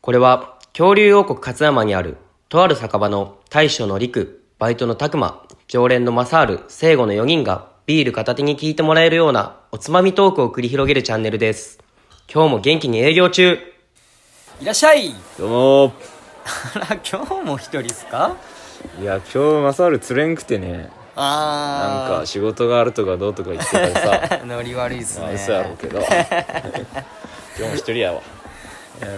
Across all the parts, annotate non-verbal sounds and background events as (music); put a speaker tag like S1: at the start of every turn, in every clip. S1: これは恐竜王国勝山にあるとある酒場の大将の陸、バイトの拓磨、常連のマサール、聖護の4人がビール片手に聞いてもらえるようなおつまみトークを繰り広げるチャンネルです。今日も元気に営業中
S2: いらっしゃい
S3: どうも
S2: あら今日も一人っすか
S3: ーいや今日マサール釣れんくてねなん
S2: あ
S3: か仕事があるとかどうとか言ってたら (laughs) さ
S2: ーノリ悪いっす
S3: まあ
S2: ね
S3: 嘘やろうけ (laughs) ど今日も一人やわ
S2: いや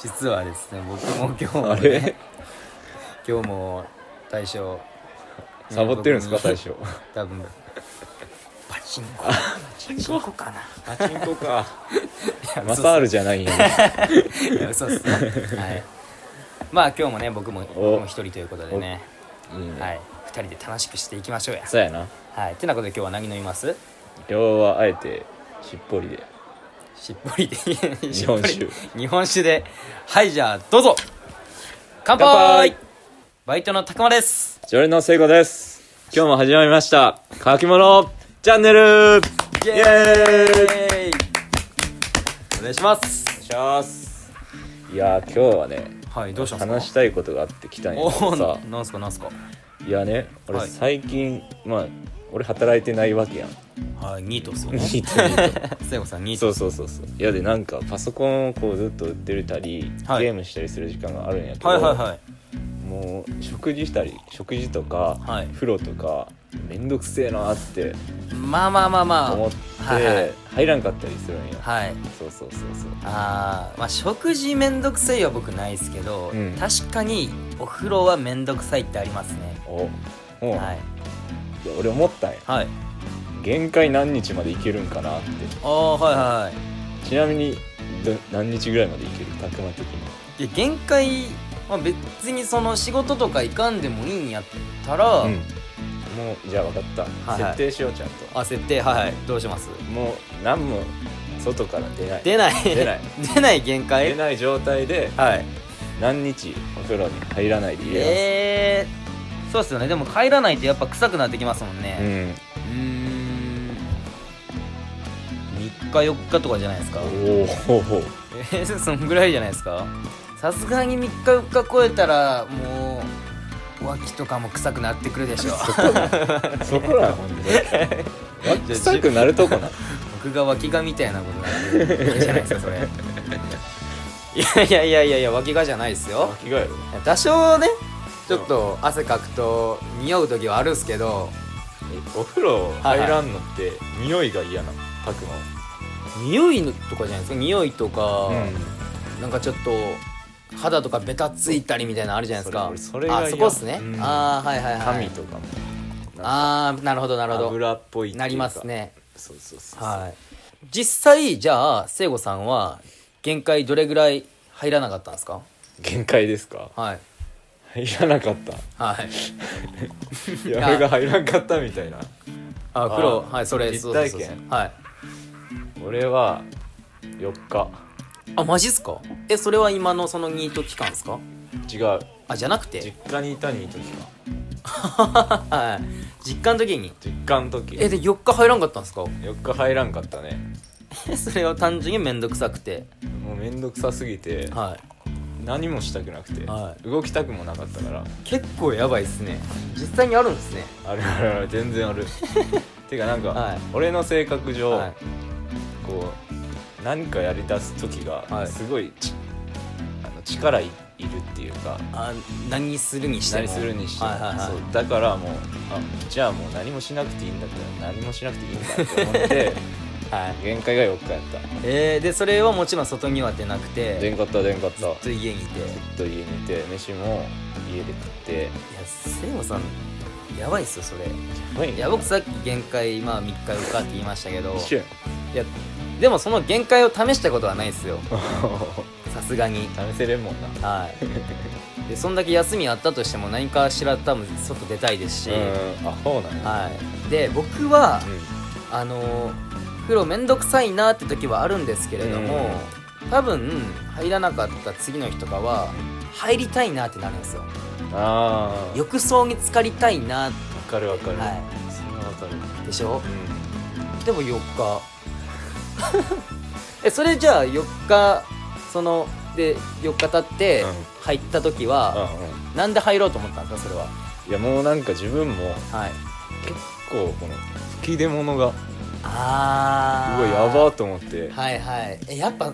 S2: 実はですね僕も今日
S3: あ
S2: (laughs) も、
S3: れ
S2: ね、今日も大将
S3: サボってるんですか最初
S2: 多分パチンコパチンコかな
S3: パチンコ (laughs) か
S2: いや
S3: マサールじゃないんやね
S2: いや嘘っすねはいまあ今日もね僕も僕も一人ということでね
S3: いいね、
S2: はい二人で楽しくしていきましょうや
S3: そうやな
S2: はいてなことで今日は何飲みます
S3: 今日はあえてしっぽりで
S2: しっぽりで日
S3: 本酒
S2: 日本酒ではいじゃあどうぞ乾杯
S3: 乾杯
S2: バイトのたくまです
S3: 常連の聖子です今日も始まりました「乾き物チャンネル」イエーイ
S2: イエーイお願いします
S3: お願いしますいやー今日はね
S2: はいどうしたんですか
S3: 話したいことがあって来たんや
S2: お
S3: けどさ
S2: おなんすかなんすか
S3: いやね俺
S2: はい
S3: 最近、まあ俺働いてないわけやん
S2: はいニートっ
S3: (laughs)
S2: すよね
S3: ニート
S2: 聖子さんニー
S3: そ
S2: ト
S3: うそうそうそういやでなんかパソコンをこうずっと売ってるたり、
S2: はい
S3: ゲームしたりする時間があるんやけど、
S2: はいはいはい
S3: もう食事したり食事とか、
S2: はい
S3: 風呂とかめんどくせえなって
S2: まあまあまあま
S3: 思って、
S2: はいはい
S3: 入らんかったりするんよ、
S2: あはい
S3: そうそうそうそう
S2: あーまあ食事めんどくさいは僕ないですけど、
S3: うん
S2: 確かにお風呂はめんどくさいってありますね
S3: おもう、
S2: はい
S3: いや俺思ったんや
S2: はい
S3: 限界何日までいけるんかなって
S2: ああはいはいはい
S3: ちなみにど何日ぐらいまでいけるたくま的に
S2: いや限界、まあ、別にその仕事とか行かんでもいいんやったら、
S3: もうじゃあ分かった、
S2: はいはい
S3: 設定しようちゃんと
S2: あ設定はいはいどうします
S3: もう何も外から出ない
S2: 出ない
S3: 出ない
S2: 出ない限界
S3: 出ない状態で
S2: はい
S3: 何日お風呂に入らないでいれ
S2: えー、そうっすよねでも帰らないとやっぱ臭くなってきますもん
S3: ます、
S2: ねうーん3日4日とかじゃないですか (laughs)
S3: うん、おお
S2: えー、そんぐらいじゃないですかさすがに3日4日超えたらもう脇とかも臭くなってくるでしょ
S3: そこらほんで (laughs)
S2: (laughs)
S3: 臭くなるとこな
S2: 僕が脇がみたいなことになってるじゃないですかそれいやいやいやいやいや脇がじゃないですよ
S3: 着替える
S2: 多少ねちょっと汗かくと匂う時はあるんすけど
S3: お風呂
S2: 入ら
S3: んのって匂いが嫌なたくま
S2: 匂いのとかじゃないですか匂いとか、なんかちょっと肌とかベタついたりみたいなのあるじゃないですか
S3: それ俺それが嫌
S2: あそこっすね、
S3: うん
S2: ああはいはいはい
S3: 髪とかも
S2: ああなるほどなるほど
S3: 油っぽいっていうか
S2: なりますね
S3: そうそうそうそう
S2: はい実際じゃあ聖子さんは限界どれぐらい入らなかったんですか
S3: 限界ですか
S2: はい
S3: 入らなか
S2: (laughs)
S3: った
S2: はい
S3: いや俺が入らんかったみたいな
S2: あ黒
S3: あー
S2: はいそれ
S3: 実体験
S2: そうそうそうそうはい
S3: 俺は4日
S2: あマジっすかえそれは今のそのニート期間ですか
S3: 違う
S2: あじゃなくて
S3: 実家にいたにいい時か
S2: (laughs) はい実家の時に
S3: 実家の時
S2: えで4日入らんかったんですか (laughs)
S3: 4日入らんかったね
S2: それは単純に面倒くさくて
S3: もうめんどくさすぎて
S2: はい
S3: 何もしたくなくて、
S2: はい
S3: 動きたくもなかったから
S2: 結構やばいっすね実際にあるんですね
S3: あるあるある全然あ
S2: (laughs)
S3: るてかなんか、
S2: はい
S3: 俺の性格上、
S2: はい
S3: こう何かやりだす時
S2: は
S3: が
S2: い
S3: すごいち、あの力いいるっていうか
S2: あ何するにしても
S3: 何するにしても、
S2: はいはいはい
S3: そうだからもうあじゃあもう何もしなくていいんだったら何もしなくていいんだって思って
S2: はい
S3: 限界が4日やった
S2: えー、でそれはもちろん外には出なく
S3: 出
S2: て
S3: んかった出んかった
S2: ずっと家にいていや
S3: ずっと家にいて飯も家で食ってや
S2: 聖子さんやばいっすよそれ
S3: ばい
S2: いや僕さっき限界まあ3日4日って言いましたけど
S3: 一瞬
S2: いやでもその限界を試したことはないっすよさすがに
S3: (laughs) 試せれんもんな
S2: はいでそんだけ休みあったとしても何かしら多分外出たいですし、
S3: うんアホなんや
S2: はいで僕は
S3: う、ん
S2: あのー風呂めんどくさいなって時はあるんですけれども、多分入らなかった次の日とかは入りたいなってなるんですよ
S3: ああわ
S2: 浴槽に浸かりたいなっ
S3: かるわかる
S2: は
S3: それはわかる
S2: てでしょ
S3: う
S2: でも4日えそれじゃあ4日そので4日経って
S3: うん
S2: 入った時
S3: うん
S2: は、
S3: うん
S2: なんで入ろうと思ったんですかそれは、
S3: いやもうなんか自分も
S2: はい、
S3: 結構この吹き出物がう
S2: あ
S3: わやばーと思って
S2: はいはいえやっぱ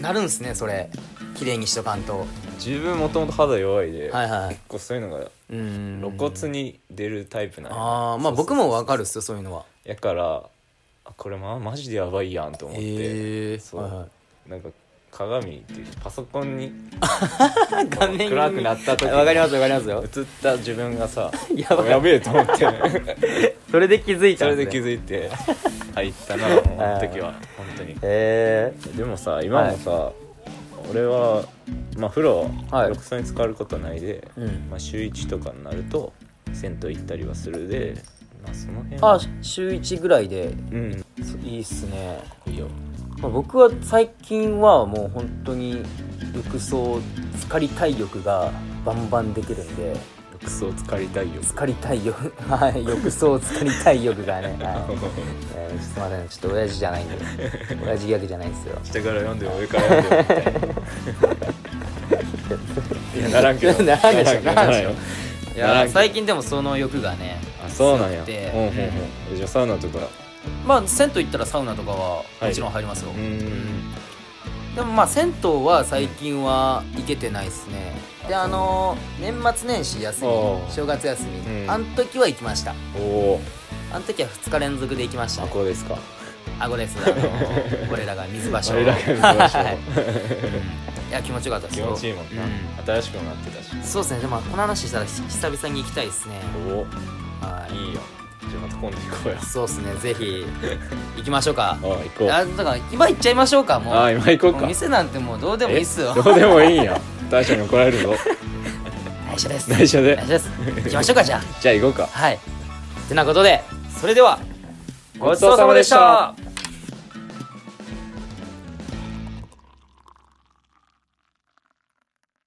S2: なるんすねそれ綺麗にしとかんと
S3: 自分もともと肌弱いで、
S2: はいはい
S3: 結構そういうのが
S2: うーん
S3: 露骨に出るタイプなんや
S2: ああまあ僕もわかるっすよそういうのは
S3: やからあこれまマジでやばいやんと思って、
S2: へえ
S3: そう、
S2: はいは
S3: なんか鏡っていうパソコンに
S2: (laughs) 画面に
S3: 暗くなった時に
S2: わかりますわかりますよ
S3: 映った自分がさ
S2: (laughs) やばかった
S3: やべえと思って
S2: (laughs) それで気づい
S3: それ
S2: んすね
S3: で気づいて入ったなもうあの時は本当に
S2: へえ
S3: でもさ今もさ、俺はまあ風呂
S2: はい
S3: 浴槽に浸かることないで、
S2: うん
S3: まあ、週1とかになると銭湯行ったりはするで、まあ、その辺は
S2: あ週1ぐらいで
S3: うん
S2: そいいっすね、
S3: いいよ
S2: まあ、僕は最近はもう本当に浴槽浸かりたい欲がバンバンできるんで
S3: 浴槽浸かりたい
S2: (laughs)
S3: よ
S2: 浸かりたい欲はい浴槽浸かりたい欲がね、はい (laughs) えー、すいませんちょっと親父じゃないんで親父ギャグじゃないんですよ
S3: 下から読んでも上から読んでもみたいないやならんけど
S2: ならんでしょならんでしょ
S3: よ
S2: い
S3: ならん
S2: や
S3: けど
S2: 最近でもその欲がね
S3: あそうなんや
S2: 強くて
S3: うんうんうんじゃあサウナとか
S2: まあ銭湯行ったらサウナとかは
S3: はい
S2: もちろん入りますよ、
S3: ん
S2: でもまあ銭湯は最近は行けてないですねであのー年末年始休み
S3: おう
S2: 正月休み、
S3: うん
S2: あん時は行きました
S3: おお
S2: あん時は2日連続で行きました、
S3: あ
S2: ね、
S3: こうですか
S2: あ
S3: (laughs)
S2: ごですあのー我らが水場所
S3: 俺らが見ましょ
S2: はいういや気持ちよかったです
S3: 気
S2: よ
S3: 持ちいいもんな、
S2: う
S3: 新しくもなってたし
S2: そうですねでもこの話したらひ久々に行きたいですね
S3: おお
S2: はい
S3: いいよじゃあまた今度行こうよ
S2: そうですねぜひ行きましょう
S3: (laughs)
S2: か
S3: あ行こう
S2: あだから今行っちゃいましょうかもう
S3: あ今行こう
S2: もう
S3: か
S2: 店なんてもうどうでもいいっすよ
S3: えどうでもいいんや大将に怒られるぞ
S2: 内緒です
S3: 内緒で
S2: 内緒です行きましょうかじゃあ
S3: じゃあ行こうか
S2: はいてなことでそれでは
S3: ごちそうさまでした